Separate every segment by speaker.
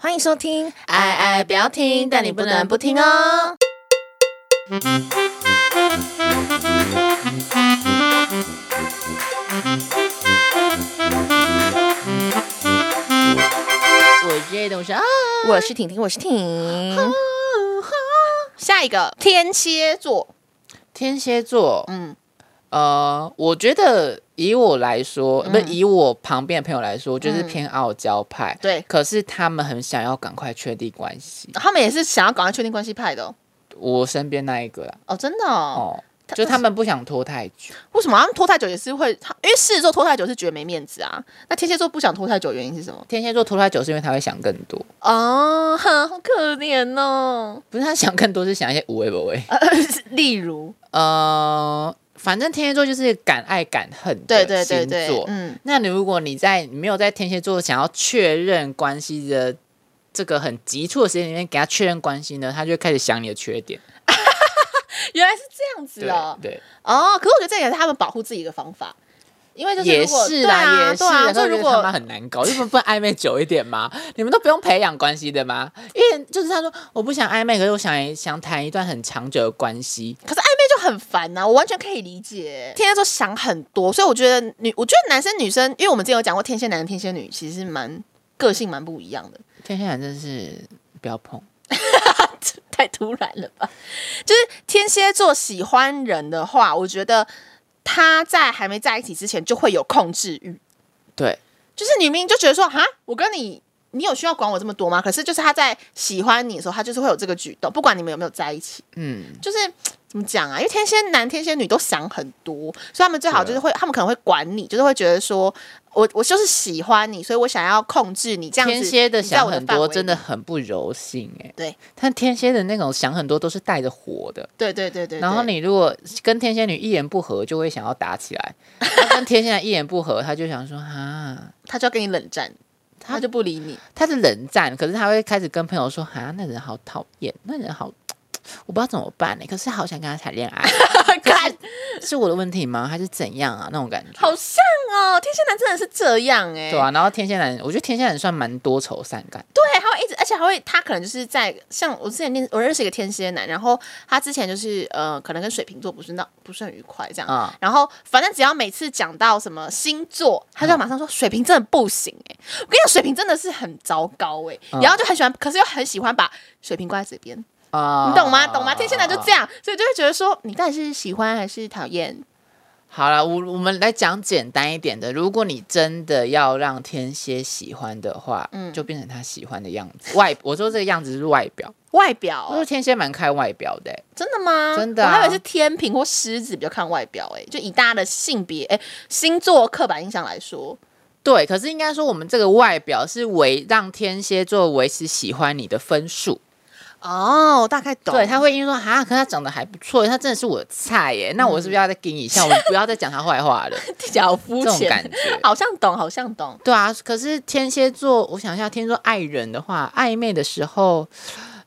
Speaker 1: 欢迎收听，
Speaker 2: 爱爱不要听，但你不能不听哦。。我是董事啊，
Speaker 1: 我是婷婷，我是婷。下一个天蝎座，
Speaker 2: 天蝎座，
Speaker 1: 嗯，
Speaker 2: 呃，我觉得以我来说，不是以我旁边的朋友来说，我觉得是偏傲娇派。
Speaker 1: 对
Speaker 2: 可是他们很想要赶快确定关系。
Speaker 1: 他们也是想要赶快确定关系派的哦，
Speaker 2: 我身边那一个啦，
Speaker 1: 哦真的哦。
Speaker 2: 哦，就他们不想拖太久。
Speaker 1: 为什么他们拖太久也是会？他因为狮子座拖太久是觉得没面子啊，那天蝎座不想拖太久，原因是什么？
Speaker 2: 天蝎座拖太久是因为他会想更多，
Speaker 1: 哦，好可怜哦。
Speaker 2: 不是他想更多，是想一些无为不为。
Speaker 1: 呃 例如，
Speaker 2: 呃，反正天蝎座就是敢爱敢恨的
Speaker 1: 对对对
Speaker 2: 星
Speaker 1: 对
Speaker 2: 座，
Speaker 1: 嗯，
Speaker 2: 那你如果你在你没有在天蝎座想要确认关系的这个很急促的时间里面给他确认关系呢，他就会开始想你的缺点。
Speaker 1: 原来是这样子
Speaker 2: 对
Speaker 1: 哦。
Speaker 2: 对，
Speaker 1: 哦，可是我觉得这也是他们保护自己的方法，因为就是
Speaker 2: 也
Speaker 1: 如果
Speaker 2: 是
Speaker 1: 对啊
Speaker 2: 啦，也是
Speaker 1: 对啊，
Speaker 2: 啦。
Speaker 1: 就
Speaker 2: 所以
Speaker 1: 如
Speaker 2: 如果他
Speaker 1: 果
Speaker 2: 妈很难搞，就是不能暧昧久一点吗？你们都不用培养关系的吗？因为就是他说我不想暧昧，可是我想想谈一段很长久的关系。
Speaker 1: 可是暧昧就很烦呐、我完全可以理解。天蝎座想很多，所以我觉得女，我觉得男生女生，因为我们之前有讲过天蝎男、天蝎女，其实蛮个性蛮不一样的。
Speaker 2: 天蝎男真是不要碰。
Speaker 1: 太突然了吧？就是天蝎座喜欢人的话，我觉得他在还没在一起之前就会有控制欲，
Speaker 2: 对，
Speaker 1: 就是你明明就觉得说哈，我跟你。你有需要管我这么多吗？可是就是他在喜欢你的时候，他就是会有这个举动，不管你们有没有在一起。
Speaker 2: 嗯，
Speaker 1: 就是怎么讲啊？因为天蝎男、天蝎女都想很多，所以他们最好
Speaker 2: 啊
Speaker 1: 就是会，他们可能会管你，就是会觉得说，我我就是喜欢你，所以我想要控制你这样子。
Speaker 2: 天蝎的
Speaker 1: 你在
Speaker 2: 想
Speaker 1: 我
Speaker 2: 很
Speaker 1: 范围
Speaker 2: 多
Speaker 1: 内
Speaker 2: 真的，很不柔性哎、
Speaker 1: 对，
Speaker 2: 但天蝎的那种想很多都是带着火的。
Speaker 1: 对对对对。
Speaker 2: 然后
Speaker 1: 对
Speaker 2: 你如果跟天蝎女一言不合，就会想要打起来； 他跟天蝎男一言不合，他就想说哈，
Speaker 1: 他就要跟你冷战，他就不理 你。
Speaker 2: 他是冷战，可是他会开始跟朋友说哈，那人好讨厌，那人好，我不知道怎么办呢、欸可是好想跟他谈恋爱，
Speaker 1: 看，
Speaker 2: 是我的问题吗？还是怎样啊？那种感觉。
Speaker 1: 好像哦，天蝎男真的是这样哎、
Speaker 2: 对啊，然后天蝎男，我觉得天蝎男算蛮多愁善感，
Speaker 1: 对，他会一直，而且还会，他可能就是在像我之前念，我认识一个天蝎男，然后他之前就是呃，可能跟水瓶座不是那不是很愉快这样，
Speaker 2: 嗯
Speaker 1: 然后反正只要每次讲到什么星座，他就马上说、水瓶真的不行哎、我跟你讲，水瓶真的是很糟糕哎、
Speaker 2: 嗯
Speaker 1: 然后就很喜欢，可是又很喜欢把水瓶挂在嘴边，
Speaker 2: 啊
Speaker 1: 你懂吗？懂吗？天蝎男就这样，所以就会觉得说你到底是喜欢还是讨厌？
Speaker 2: 好了，我我们来讲简单一点的。如果你真的要让天蝎喜欢的话，
Speaker 1: 嗯
Speaker 2: 就变成他喜欢的样子。外，我说这个样子是外表，
Speaker 1: 外
Speaker 2: 我说
Speaker 1: 表
Speaker 2: 天蝎蛮看外表的欸、
Speaker 1: 真的吗？
Speaker 2: 真的啊
Speaker 1: 我还以为是天平或狮子比较看外表、欸，哎，就以大家的性别，哎、星座刻板印象来说，
Speaker 2: 对，可是应该说我们这个外表是为让天蝎座维持喜欢你的分数。
Speaker 1: 哦，大概懂。
Speaker 2: 对，他会因为说哈，可是他长得还不错，他真的是我的菜
Speaker 1: 嗯
Speaker 2: 耶。那我是不是要再盯一下？我们不要再讲他坏话了，
Speaker 1: 听起来好肤
Speaker 2: 这种
Speaker 1: 浅，
Speaker 2: 感觉。
Speaker 1: 好像懂，好像懂。
Speaker 2: 对啊，可是天蝎座，我想一下，天蝎座爱人的话，暧昧的时候，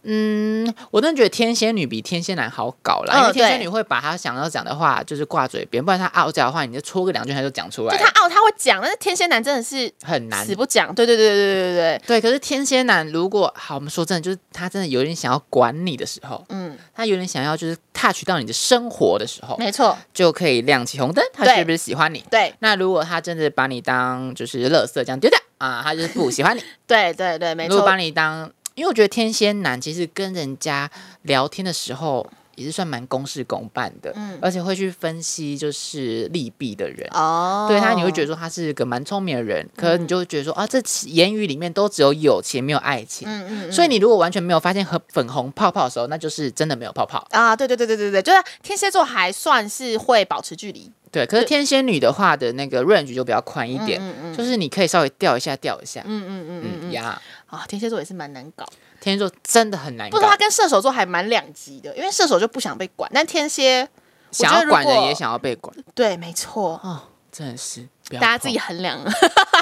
Speaker 2: 嗯，我真的觉得天蝎女比天蝎男好搞啦，
Speaker 1: 嗯
Speaker 2: 因为天蝎
Speaker 1: 对
Speaker 2: 女会把她想要讲的话就是挂嘴边，不然她傲娇的话，你就戳个两句她就讲出
Speaker 1: 就
Speaker 2: 来
Speaker 1: 他
Speaker 2: 了，
Speaker 1: 哦，他会讲，但是天蝎男真的是
Speaker 2: 很难
Speaker 1: 死。不讲。对对对对对对对，
Speaker 2: 对，可是天蝎男如果好，我们说真的，就是他真的有点想要管你的时候，
Speaker 1: 嗯，
Speaker 2: 他有点想要就是 touch 到你的生活的时候，
Speaker 1: 没错，
Speaker 2: 就可以亮起红灯，他
Speaker 1: 嗯对
Speaker 2: 是不是喜欢你？
Speaker 1: 对
Speaker 2: 那如果他真的把你当就是垃圾这样丢掉啊，他就是不喜欢你。
Speaker 1: 对对对， 没
Speaker 2: 如果
Speaker 1: 错
Speaker 2: 把。你当，因为我觉得天蝎男其实跟人家聊天的时候也是算蛮公事公办的，
Speaker 1: 嗯
Speaker 2: 而且会去分析就是利弊的人。
Speaker 1: 哦，
Speaker 2: 对他，你会觉
Speaker 1: 得
Speaker 2: 得说他是个蛮聪明的人，可是你就会觉得说、啊，这其言语里面都只有友情，没有爱情。
Speaker 1: 嗯嗯嗯
Speaker 2: 所以你如果完全没有发现和粉红泡泡的时候，那就是真的没有泡泡。
Speaker 1: 啊，对对对对对对，就是天蝎座还算是会保持距离
Speaker 2: 对，可是天蝎女的话的那个 range 就比较宽一点，
Speaker 1: 嗯嗯
Speaker 2: 就是你可以稍微调一下，调一下。
Speaker 1: 嗯嗯嗯嗯
Speaker 2: 嗯呀，
Speaker 1: 啊，天蝎座也是蛮难搞，
Speaker 2: 天蝎座真的很难
Speaker 1: 不
Speaker 2: 搞
Speaker 1: 知道，他跟射手座还蛮两极的，因为射手就不想被管，但天蝎觉
Speaker 2: 想
Speaker 1: 得
Speaker 2: 要
Speaker 1: 如
Speaker 2: 管人
Speaker 1: 果
Speaker 2: 也想要被管。
Speaker 1: 对，没错，
Speaker 2: 哦，真的是，不要
Speaker 1: 大家自己衡量。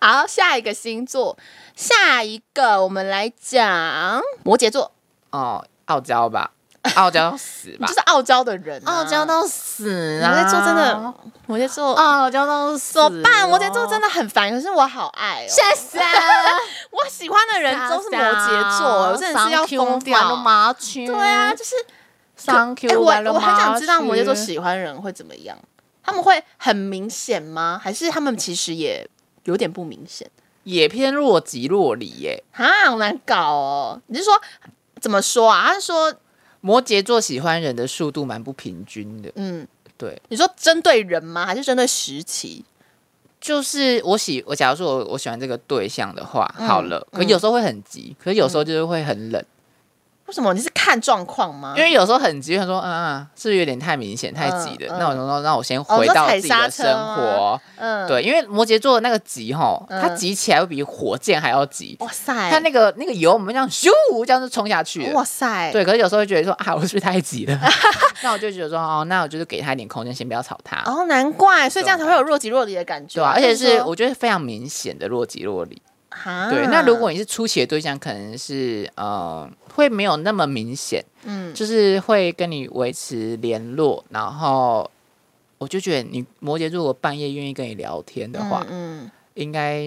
Speaker 1: 好，下一个星座，下一个我们来讲摩羯座。
Speaker 2: 碰哦，傲娇吧，傲娇到死吧
Speaker 1: 就，是傲娇的人、
Speaker 2: 傲娇。到死啊！
Speaker 1: 摩羯座真的，摩羯座
Speaker 2: 傲娇到死，哦
Speaker 1: 怎么办？哦摩羯座真
Speaker 2: 的
Speaker 1: 的很烦，可是我好爱哦。
Speaker 2: 谢 谢。
Speaker 1: 我喜欢的人都是摩羯座，我真的是要疯掉了？
Speaker 2: 麻去，
Speaker 1: 对啊，就是
Speaker 2: ，Thank
Speaker 1: 哎
Speaker 2: you，
Speaker 1: 我我很想知道摩羯座喜欢人会怎么样，他们会很明显吗？还是他们其实也有点不明显？
Speaker 2: 也偏若即若离耶。
Speaker 1: 啊，好难搞哦！你是说怎么说啊？他是说，
Speaker 2: 摩羯座喜欢人的速度蛮不平均的，
Speaker 1: 嗯，
Speaker 2: 对，
Speaker 1: 你说针对人吗？还是针对时期？
Speaker 2: 就是我喜我假如说我我喜欢这个对象的话，
Speaker 1: 嗯
Speaker 2: 好了，可
Speaker 1: 嗯
Speaker 2: 有时候会很急，可有时候就是会很冷，
Speaker 1: 为什么你是看状况吗？
Speaker 2: 因为有时候很急，他说嗯嗯，是不是有点太明显太急了？
Speaker 1: 嗯
Speaker 2: 那我就说那我先
Speaker 1: 哦
Speaker 2: 回
Speaker 1: 你说
Speaker 2: 到
Speaker 1: 踩
Speaker 2: 自己
Speaker 1: 刹
Speaker 2: 的
Speaker 1: 车
Speaker 2: 生活，
Speaker 1: 嗯，，
Speaker 2: 对，因为摩羯座的那个急吼，它
Speaker 1: 嗯
Speaker 2: 急起来会比火箭还要急，
Speaker 1: 哇塞，
Speaker 2: 它那个那个油我们这样咻这样就冲下去了。
Speaker 1: 哇塞，，
Speaker 2: 对，可是有时候会觉得说啊，我是不是太急了？ 那我就觉得说哦，那我就是给他一点空间，先不要吵他，
Speaker 1: 哦，难怪，所以这样才会有若即若离的感觉啊
Speaker 2: 对吧、啊而且是
Speaker 1: 说
Speaker 2: 我觉得非常明显的若即若离。
Speaker 1: 哈，
Speaker 2: 对，那如果你是初期的对象，可能是呃会没有那么明显，
Speaker 1: 嗯
Speaker 2: 就是会跟你维持联络，然后我就觉得你摩羯如果半夜愿意跟你聊天的话，
Speaker 1: 嗯
Speaker 2: 应该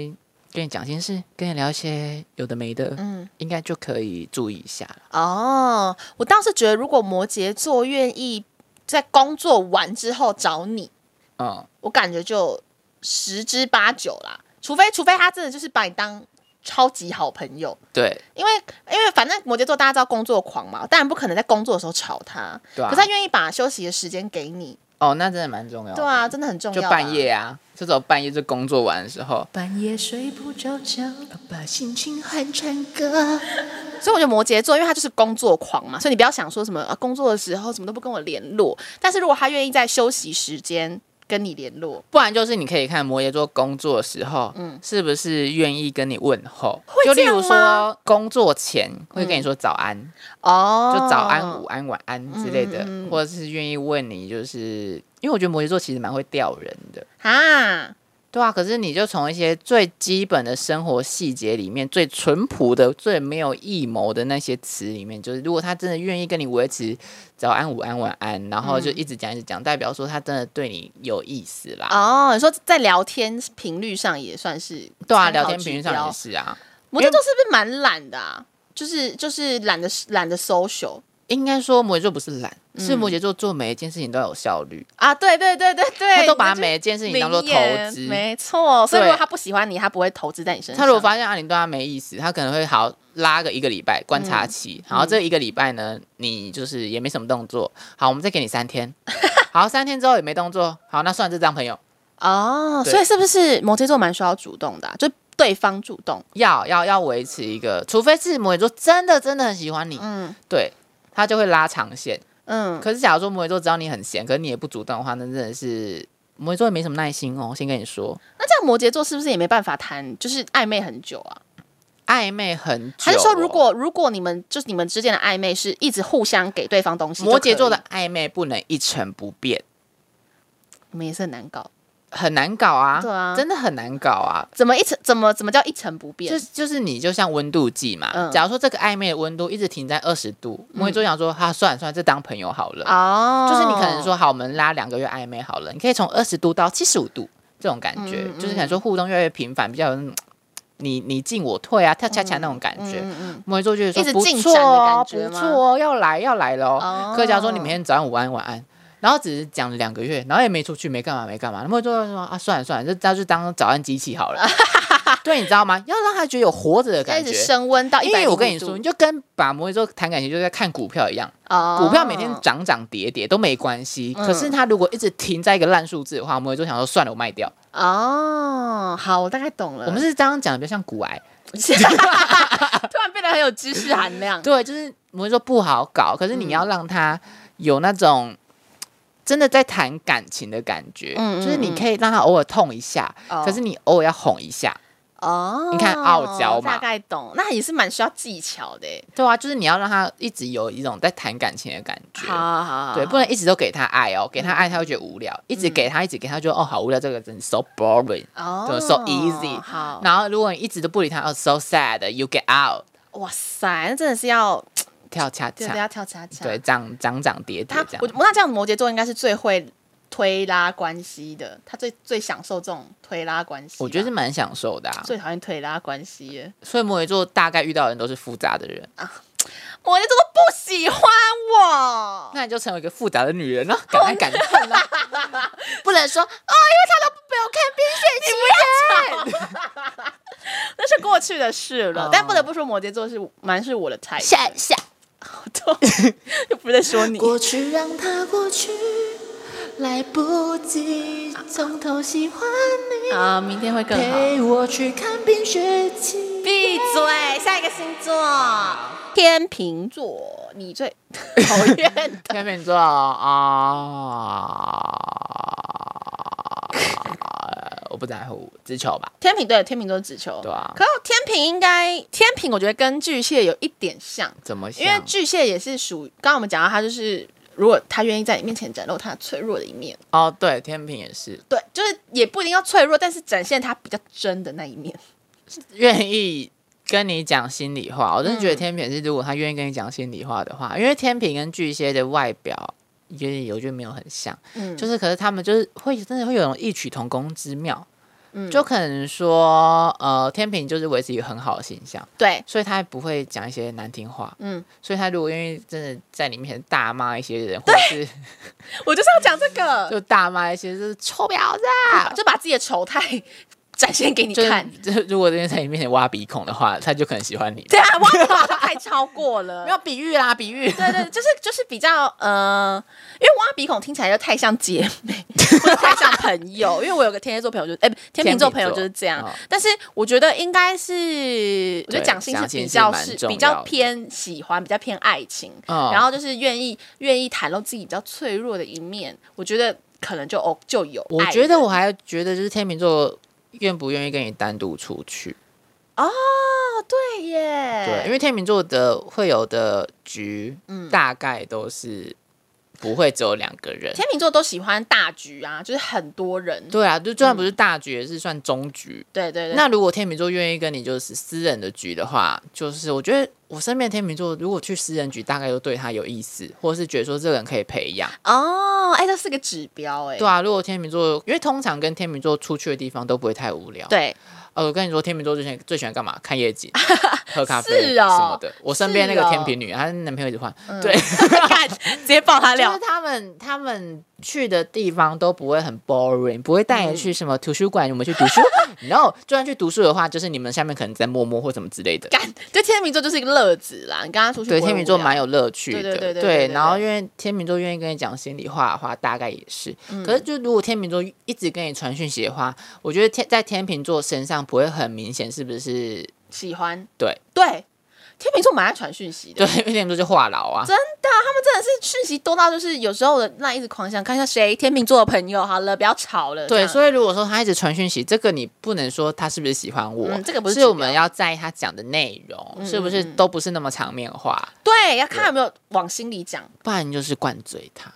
Speaker 2: 跟你讲心事，跟你聊一些有的没的，
Speaker 1: 嗯
Speaker 2: 应该就可以注意一下了。
Speaker 1: 嗯，哦，我倒是觉得，如果摩羯座愿意在工作完之后找你，
Speaker 2: 嗯，
Speaker 1: 我感觉就十之八九啦，除非除非他真的就是把你当超级好朋友，
Speaker 2: 对，
Speaker 1: 因为因为反正摩羯座大家知道工作狂嘛，当然不可能在工作的时候吵他，
Speaker 2: 对啊
Speaker 1: 可是他愿意把休息的时间给你，
Speaker 2: 哦，那真的蛮重要的。
Speaker 1: 对啊，真的很重
Speaker 2: 就
Speaker 1: 要啊。
Speaker 2: 半夜啊，这种半夜就工作完的时候，
Speaker 3: 半夜睡不着觉，要把心情哼成歌。
Speaker 1: 所以我觉得摩羯座，因为他就是工作狂嘛，所以你不要想说什么啊，工作的时候什么都不跟我联络，但是如果他愿意在休息时间跟你联络，
Speaker 2: 不然就是你可以看摩羯座工作的时候，嗯，是不是愿意跟你问候？就例如
Speaker 1: 这样吗
Speaker 2: 说工作前会跟你说早安，
Speaker 1: 哦，
Speaker 2: 就早安、午安、晚安之类的，
Speaker 1: 嗯嗯嗯
Speaker 2: 或者是愿意问你，就是因为我觉得摩羯座其实蛮会吊人的。
Speaker 1: 啊，
Speaker 2: 对啊，可是你就从一些最基本的生活细节里面，最淳朴的、最没有预谋的那些词里面，就是如果他真的愿意跟你维持早安、午安、晚安，然后
Speaker 1: 嗯
Speaker 2: 就一直讲、一直讲，代表说他真的对你有意思啦。
Speaker 1: 哦，你说在聊天频率上也算是
Speaker 2: 对啊，
Speaker 1: 参考
Speaker 2: 聊天频率
Speaker 1: 指
Speaker 2: 上
Speaker 1: 标
Speaker 2: 也是啊，
Speaker 1: 摩羯座是不是蛮懒的啊？就是就是懒得懒得 social
Speaker 2: 应该说摩羯座不是懒，是
Speaker 1: 嗯
Speaker 2: 摩羯座做每一件事情都要有效率，
Speaker 1: 啊，对对对对对，
Speaker 2: 他都把
Speaker 1: 你就
Speaker 2: 每一件事情当做投
Speaker 1: 灵验
Speaker 2: 资。
Speaker 1: 没错。所以如果
Speaker 2: 对
Speaker 1: 他不喜欢你，他不会投资在你身上。
Speaker 2: 他如果发现啊你对他没意思，他可能会好拉个一个礼拜观
Speaker 1: 嗯
Speaker 2: 察期，然后这一个礼拜呢，你就是也没什么动作，好，我们再给你三天，好，三天之后也没动作，好，那算这张朋友，
Speaker 1: 哦，
Speaker 2: 对
Speaker 1: 所以是不是摩羯座蛮需要主动的啊、就对方主动
Speaker 2: 要要要维持一个，除非是摩羯座真的真的很喜欢你，
Speaker 1: 嗯
Speaker 2: 对他就会拉长线。
Speaker 1: 嗯
Speaker 2: 可是假如说摩羯座只要你很闲，可是你也不主动的话，那真的是摩羯座也没什么耐心哦，先跟你说。
Speaker 1: 那这样摩羯座是不是也没办法谈，就是暧昧很久啊？
Speaker 2: 暧昧很久、哦，
Speaker 1: 还是说，如果如果你们就是你们之间的暧昧是一直互相给对方东西，
Speaker 2: 摩羯座的暧昧不能一成不变，
Speaker 1: 你们也是很难搞，
Speaker 2: 很难搞啊，
Speaker 1: 对啊
Speaker 2: 真的很难搞啊。
Speaker 1: 怎么一成怎么怎么叫一成不变？
Speaker 2: 就是就是你就像温度计嘛，
Speaker 1: 嗯
Speaker 2: 假如说这个暧昧的温度一直停在二十度，摩羯座想说，哈、啊，算了算了，这当朋友好了。
Speaker 1: 哦
Speaker 2: 就是你可能说好，我们拉两个月暧昧好了，你可以从二十度到七十五度这种感觉，
Speaker 1: 嗯嗯
Speaker 2: 就是可能说互动越来越频繁，比较有那种你你进我退啊，跳恰恰那种感觉。
Speaker 1: 嗯嗯
Speaker 2: 摩羯座就是说
Speaker 1: 一直
Speaker 2: 不
Speaker 1: 进
Speaker 2: 错
Speaker 1: 展的感
Speaker 2: 哦，
Speaker 1: 觉
Speaker 2: 不
Speaker 1: 吗
Speaker 2: 错哦，要来要来喽。
Speaker 1: 哦
Speaker 2: 可假如说你每天早上午安晚安，然后只是讲了两个月，然后也没出去，没干嘛没干嘛，那摩羯座就说啊算了算了，就他就当早安机器好 了。对，你知道吗？要让他觉得有活着的
Speaker 1: 开
Speaker 2: 感
Speaker 1: 始
Speaker 2: 觉。
Speaker 1: 升温到一
Speaker 2: 因
Speaker 1: 百。
Speaker 2: 为我跟你说，你就跟把摩羯座谈感情，就在看股票一样，
Speaker 1: 哦
Speaker 2: 股票每天涨涨跌跌都没关系。
Speaker 1: 嗯
Speaker 2: 可是它如果一直停在一个烂数字的话，摩羯座想说算了，我卖掉。
Speaker 1: 哦，好，我大概懂了。
Speaker 2: 我们是刚刚讲的比较像股癌，
Speaker 1: 突然变得很有知识含量。
Speaker 2: 对，就是摩羯座不好搞，可是
Speaker 1: 嗯
Speaker 2: 你要让他有那种。真的在谈感情的感觉，
Speaker 1: 嗯嗯
Speaker 2: 就是你可以让他偶尔痛一下，
Speaker 1: 哦
Speaker 2: 可是你偶尔要哄一下，
Speaker 1: 哦，
Speaker 2: 你看傲娇嘛
Speaker 1: 大概懂，那也是蛮需要技巧的耶。
Speaker 2: 对啊，就是你要让他一直有一种在谈感情的感觉。
Speaker 1: 好嗯好好，
Speaker 2: 对，不能一直都给他爱哦，给他爱他会觉得无聊，一
Speaker 1: 嗯
Speaker 2: 直给他，一直给他，就哦好无聊，这个人 so boring。
Speaker 1: 哦
Speaker 2: 对，so easy
Speaker 1: 好，
Speaker 2: 哦然后如果你一直都不理他，哦 so sad，you get out。
Speaker 1: 哇塞，那真的是要
Speaker 2: 跳恰
Speaker 1: 对，不
Speaker 2: 恰，
Speaker 1: 要跳叉叉。
Speaker 2: 对，涨涨涨跌跌
Speaker 1: 他
Speaker 2: 这样
Speaker 1: 我。我那这样摩羯座应该是最会推拉关系的，他最最享受这种推拉关系吧。
Speaker 2: 我觉得是蛮享受的、啊，
Speaker 1: 最讨厌推拉关系耶，
Speaker 2: 所以摩羯座大概遇到的人都是复杂的人，
Speaker 1: 摩羯座都不喜欢我，
Speaker 2: 那你就成为一个复杂的女
Speaker 1: 哦
Speaker 2: 人了、敢爱敢 恨啊！
Speaker 1: 不能说啊、因为他都不陪我看《冰雪奇缘》， 那是过去的事了。
Speaker 2: 哦
Speaker 1: 但不得不说，摩羯座是蛮是我的菜，
Speaker 2: 下下，
Speaker 1: 又不是在说你。
Speaker 3: 过去让它过去，来不及从头喜欢你。
Speaker 2: 啊，明天会更好。
Speaker 3: 陪我去看冰雪奇
Speaker 1: 闭嘴！下一个星座，天秤座，你最讨厌的
Speaker 2: 天秤座啊，我不在乎，只求吧。
Speaker 1: 天秤，对，天秤座是直球，
Speaker 2: 对啊
Speaker 1: 可是天秤应该，天秤我觉得跟巨蟹有一点像，
Speaker 2: 怎么想？
Speaker 1: 因为巨蟹也是属于，刚刚我们讲到他就是，如果他愿意在你面前展露他脆弱的一面，
Speaker 2: 哦，对，天平也是
Speaker 1: 对，就是也不一定要脆弱，但是展现他比较真的那一面。
Speaker 2: 愿意跟你讲心里话。我真
Speaker 1: 嗯
Speaker 2: 的觉得天平是，如果他愿意跟你讲心里话的话，因为天平跟巨蟹的外表。有点，我觉得没有很像，
Speaker 1: 嗯
Speaker 2: 就是可是他们就是会真的会有种异曲同工之妙，
Speaker 1: 嗯
Speaker 2: 就可能说呃天平就是维持一个很好的形象，
Speaker 1: 对，
Speaker 2: 所以他不会讲一些难听话，
Speaker 1: 嗯，
Speaker 2: 所以他如果愿意真的在你面前大骂一些人，或者是
Speaker 1: 我就是要讲这个，
Speaker 2: 就大骂一些就是臭婊子 啊，
Speaker 1: 就把自己的丑 态展现给你
Speaker 2: 就是
Speaker 1: 看。
Speaker 2: 就是如果真的在你面前挖鼻孔的话，他就可能喜欢你。
Speaker 1: 对啊，汪总就太超过了，
Speaker 2: 没有比喻啦，比喻。
Speaker 1: 对对，就是就是比较呃，因为挖鼻孔听起来就太像姐妹，或者太像朋友。因为我有个天蝎座朋友就，是哎，不天秤座朋友就是这样
Speaker 2: 天秤。
Speaker 1: 但是我觉得应该是，我觉得蒋欣是比较
Speaker 2: 蒋欣是蛮
Speaker 1: 是
Speaker 2: 重要的
Speaker 1: 比较偏喜欢，比较偏爱情，
Speaker 2: 嗯
Speaker 1: 然后就是愿意愿意袒露自己比较脆弱的一面。我觉得可能就哦就有爱人。
Speaker 2: 我觉得我还觉得就是天秤座愿不愿意跟你单独出去，
Speaker 1: 哦对耶，
Speaker 2: 对，因为天秤座的会有的局，
Speaker 1: 嗯
Speaker 2: 大概都是不会只有两个人。
Speaker 1: 天秤座都喜欢大局啊，就是很多人。
Speaker 2: 对啊，就就
Speaker 1: 嗯
Speaker 2: 算不是大局，也是算中局。
Speaker 1: 对对对，
Speaker 2: 那如果天秤座愿意跟你就是私人的局的话，就是我觉得我身边的天秤座，如果去私人局，大概都对他有意思，或者是觉得说这个人可以培养。
Speaker 1: 哦，哎，这是个指标哎。
Speaker 2: 对啊，如果天秤座，因为通常跟天秤座出去的地方都不会太无聊。，
Speaker 1: 对。
Speaker 2: 呃，我跟你说，天秤座最喜欢最喜欢干嘛？看夜景、 喝咖啡
Speaker 1: 是哦
Speaker 2: 什么的。我身边那个
Speaker 1: 是哦嗯
Speaker 2: 天秤女，她男朋友一直换，对，
Speaker 1: 干，直接爆他
Speaker 2: 就是。他们他们去的地方都不会很 boring，不会带你去什么图书馆，我们去读书。 然后就算去读书的话，就是你们下面可能在默默或什么之类的。
Speaker 1: 干，就天秤座就是一个乐子啦。你跟他出去不会
Speaker 2: 对，
Speaker 1: 无聊，
Speaker 2: 天秤座蛮有乐趣的，
Speaker 1: 对对对对对对
Speaker 2: 然后因为天秤座愿意跟你讲心里话的话，大概也是。
Speaker 1: 嗯
Speaker 2: 可是就如果天秤座一直跟你传讯息的话，我觉得天在天秤座身上不会很明显，是不是？
Speaker 1: 喜欢。
Speaker 2: 对
Speaker 1: 对，天秤座蛮爱传讯息的
Speaker 2: 对，。因为天秤座就话痨啊。
Speaker 1: 真的，他们真的是讯息多到，就是有时候我的那一直狂想看一下谁天秤座的朋友，好了，不要吵了。
Speaker 2: 对，
Speaker 1: 以
Speaker 2: 所以如果说他一直传讯息，这个你不能说他是不是喜欢我，
Speaker 1: 嗯这个不是嗯指
Speaker 2: 是
Speaker 1: 标
Speaker 2: 我们要在意他讲的内容、是不是都不是那么场面话，
Speaker 1: 对，要看有没有往心里讲。
Speaker 2: 不然就是灌醉他。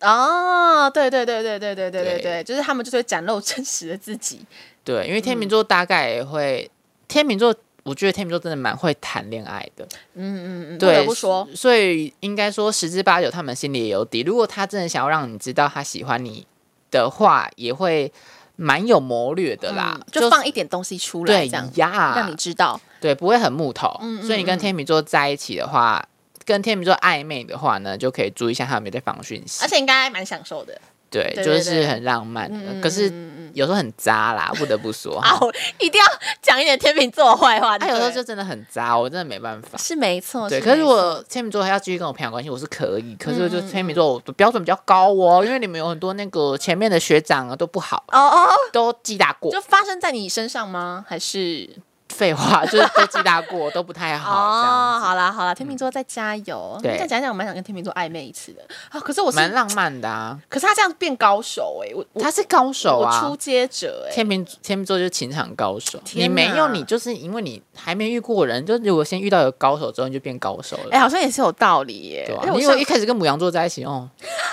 Speaker 1: 哦，对对对对对对对对
Speaker 2: 对
Speaker 1: 对，就是他们就是会展露真实的自己。
Speaker 2: 对，因为天
Speaker 1: 嗯
Speaker 2: 秤座大概也会，天秤座我觉得天秤座真的蛮会谈恋爱的。
Speaker 1: 嗯嗯嗯，不
Speaker 2: 对，
Speaker 1: 得不说，
Speaker 2: 所以应该说十之八九他们心里也有底。如果他真的想要让你知道他喜欢你的话，也会蛮有谋略的啦，
Speaker 1: 嗯就放一点东西出来，
Speaker 2: 对
Speaker 1: 这样让
Speaker 2: 呀
Speaker 1: 你，知道。
Speaker 2: 对，不会很木头。
Speaker 1: 嗯嗯
Speaker 2: 所以你跟
Speaker 1: 嗯
Speaker 2: 天秤座在一起的话。跟天秤座暧昧的话呢，就可以注意一下他有没有在放讯息，
Speaker 1: 而且应该蛮享受的。
Speaker 2: 对，
Speaker 1: 对
Speaker 2: 就
Speaker 1: 对
Speaker 2: 是
Speaker 1: 对
Speaker 2: 很浪漫的
Speaker 1: 嗯
Speaker 2: 可是
Speaker 1: 嗯嗯
Speaker 2: 有时候很渣啦，不得 不说。
Speaker 1: 啊，我一定要讲一点天秤座的坏话。
Speaker 2: 他
Speaker 1: 对
Speaker 2: 有
Speaker 1: 不
Speaker 2: 时候
Speaker 1: 对
Speaker 2: 就真的很渣，我真的没办法。
Speaker 1: 哦是没错，
Speaker 2: 对，
Speaker 1: 没嗯
Speaker 2: 可是
Speaker 1: 错
Speaker 2: 我天秤座还要继续跟我培养关系，我是可以。可是就天秤座我的标准比较高哦，因为你们有很多那个前面的学长啊都 不好，
Speaker 1: 哦哦，哦
Speaker 2: 都记大过
Speaker 1: 就。发生在你身上吗？还是
Speaker 2: 废话，就是都记大过， 都不太好，这
Speaker 1: 哦，
Speaker 2: 样子
Speaker 1: 好啦好啦，天秤座再加油。
Speaker 2: 对
Speaker 1: 再讲一讲，我蛮想跟天秤座暧昧一次的啊。可是我是，
Speaker 2: 蛮浪漫的啊。
Speaker 1: 可是他这样变高手哎，我我
Speaker 2: 他是高手
Speaker 1: 我
Speaker 2: 啊
Speaker 1: 出，街者哎，
Speaker 2: 天秤天秤座就是情场高手。
Speaker 1: 天
Speaker 2: 你没有，
Speaker 1: 哪
Speaker 2: 你就是因为你还没遇过人，就是如果先遇到有高手之后，你就变高手了
Speaker 1: 哎，。好像也是有道理耶。
Speaker 2: 对吧、啊
Speaker 1: 哎我
Speaker 2: 你如果
Speaker 1: 上
Speaker 2: 一开始跟母羊座 在一起，哦，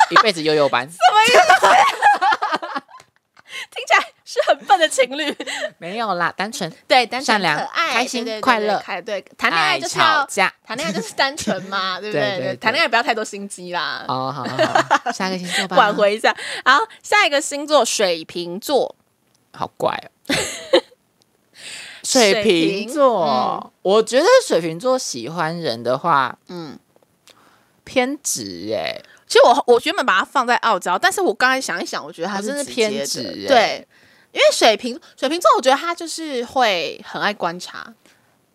Speaker 2: 一辈子悠悠班。
Speaker 1: 听起来
Speaker 4: 是很笨的情侣，
Speaker 2: 没有啦，单纯
Speaker 1: 对，单纯
Speaker 2: 善良
Speaker 1: 可爱、
Speaker 2: 开心
Speaker 1: 对对对
Speaker 2: 快乐
Speaker 1: 对开对，谈恋爱就是要
Speaker 2: 吵架。
Speaker 1: 谈恋爱就是单纯 嘛，对不
Speaker 2: 对对对
Speaker 1: 谈恋爱不要太多心机啦，
Speaker 2: 哦，好好好，下个星座 吧。
Speaker 1: 挽回一下。好，下一个星座水瓶座，
Speaker 2: 好怪 哦。水瓶嗯座，我觉得水瓶座喜欢人的话
Speaker 1: 嗯，
Speaker 2: 偏执哎、
Speaker 1: 其实我我原本把它放在傲娇，但是我刚才想一想，我觉得它
Speaker 2: 它真
Speaker 1: 是
Speaker 2: 是
Speaker 1: 直
Speaker 2: 偏
Speaker 1: 接的
Speaker 2: 执欸
Speaker 1: 对。因为水瓶水瓶座，我觉得他就是会很爱观察，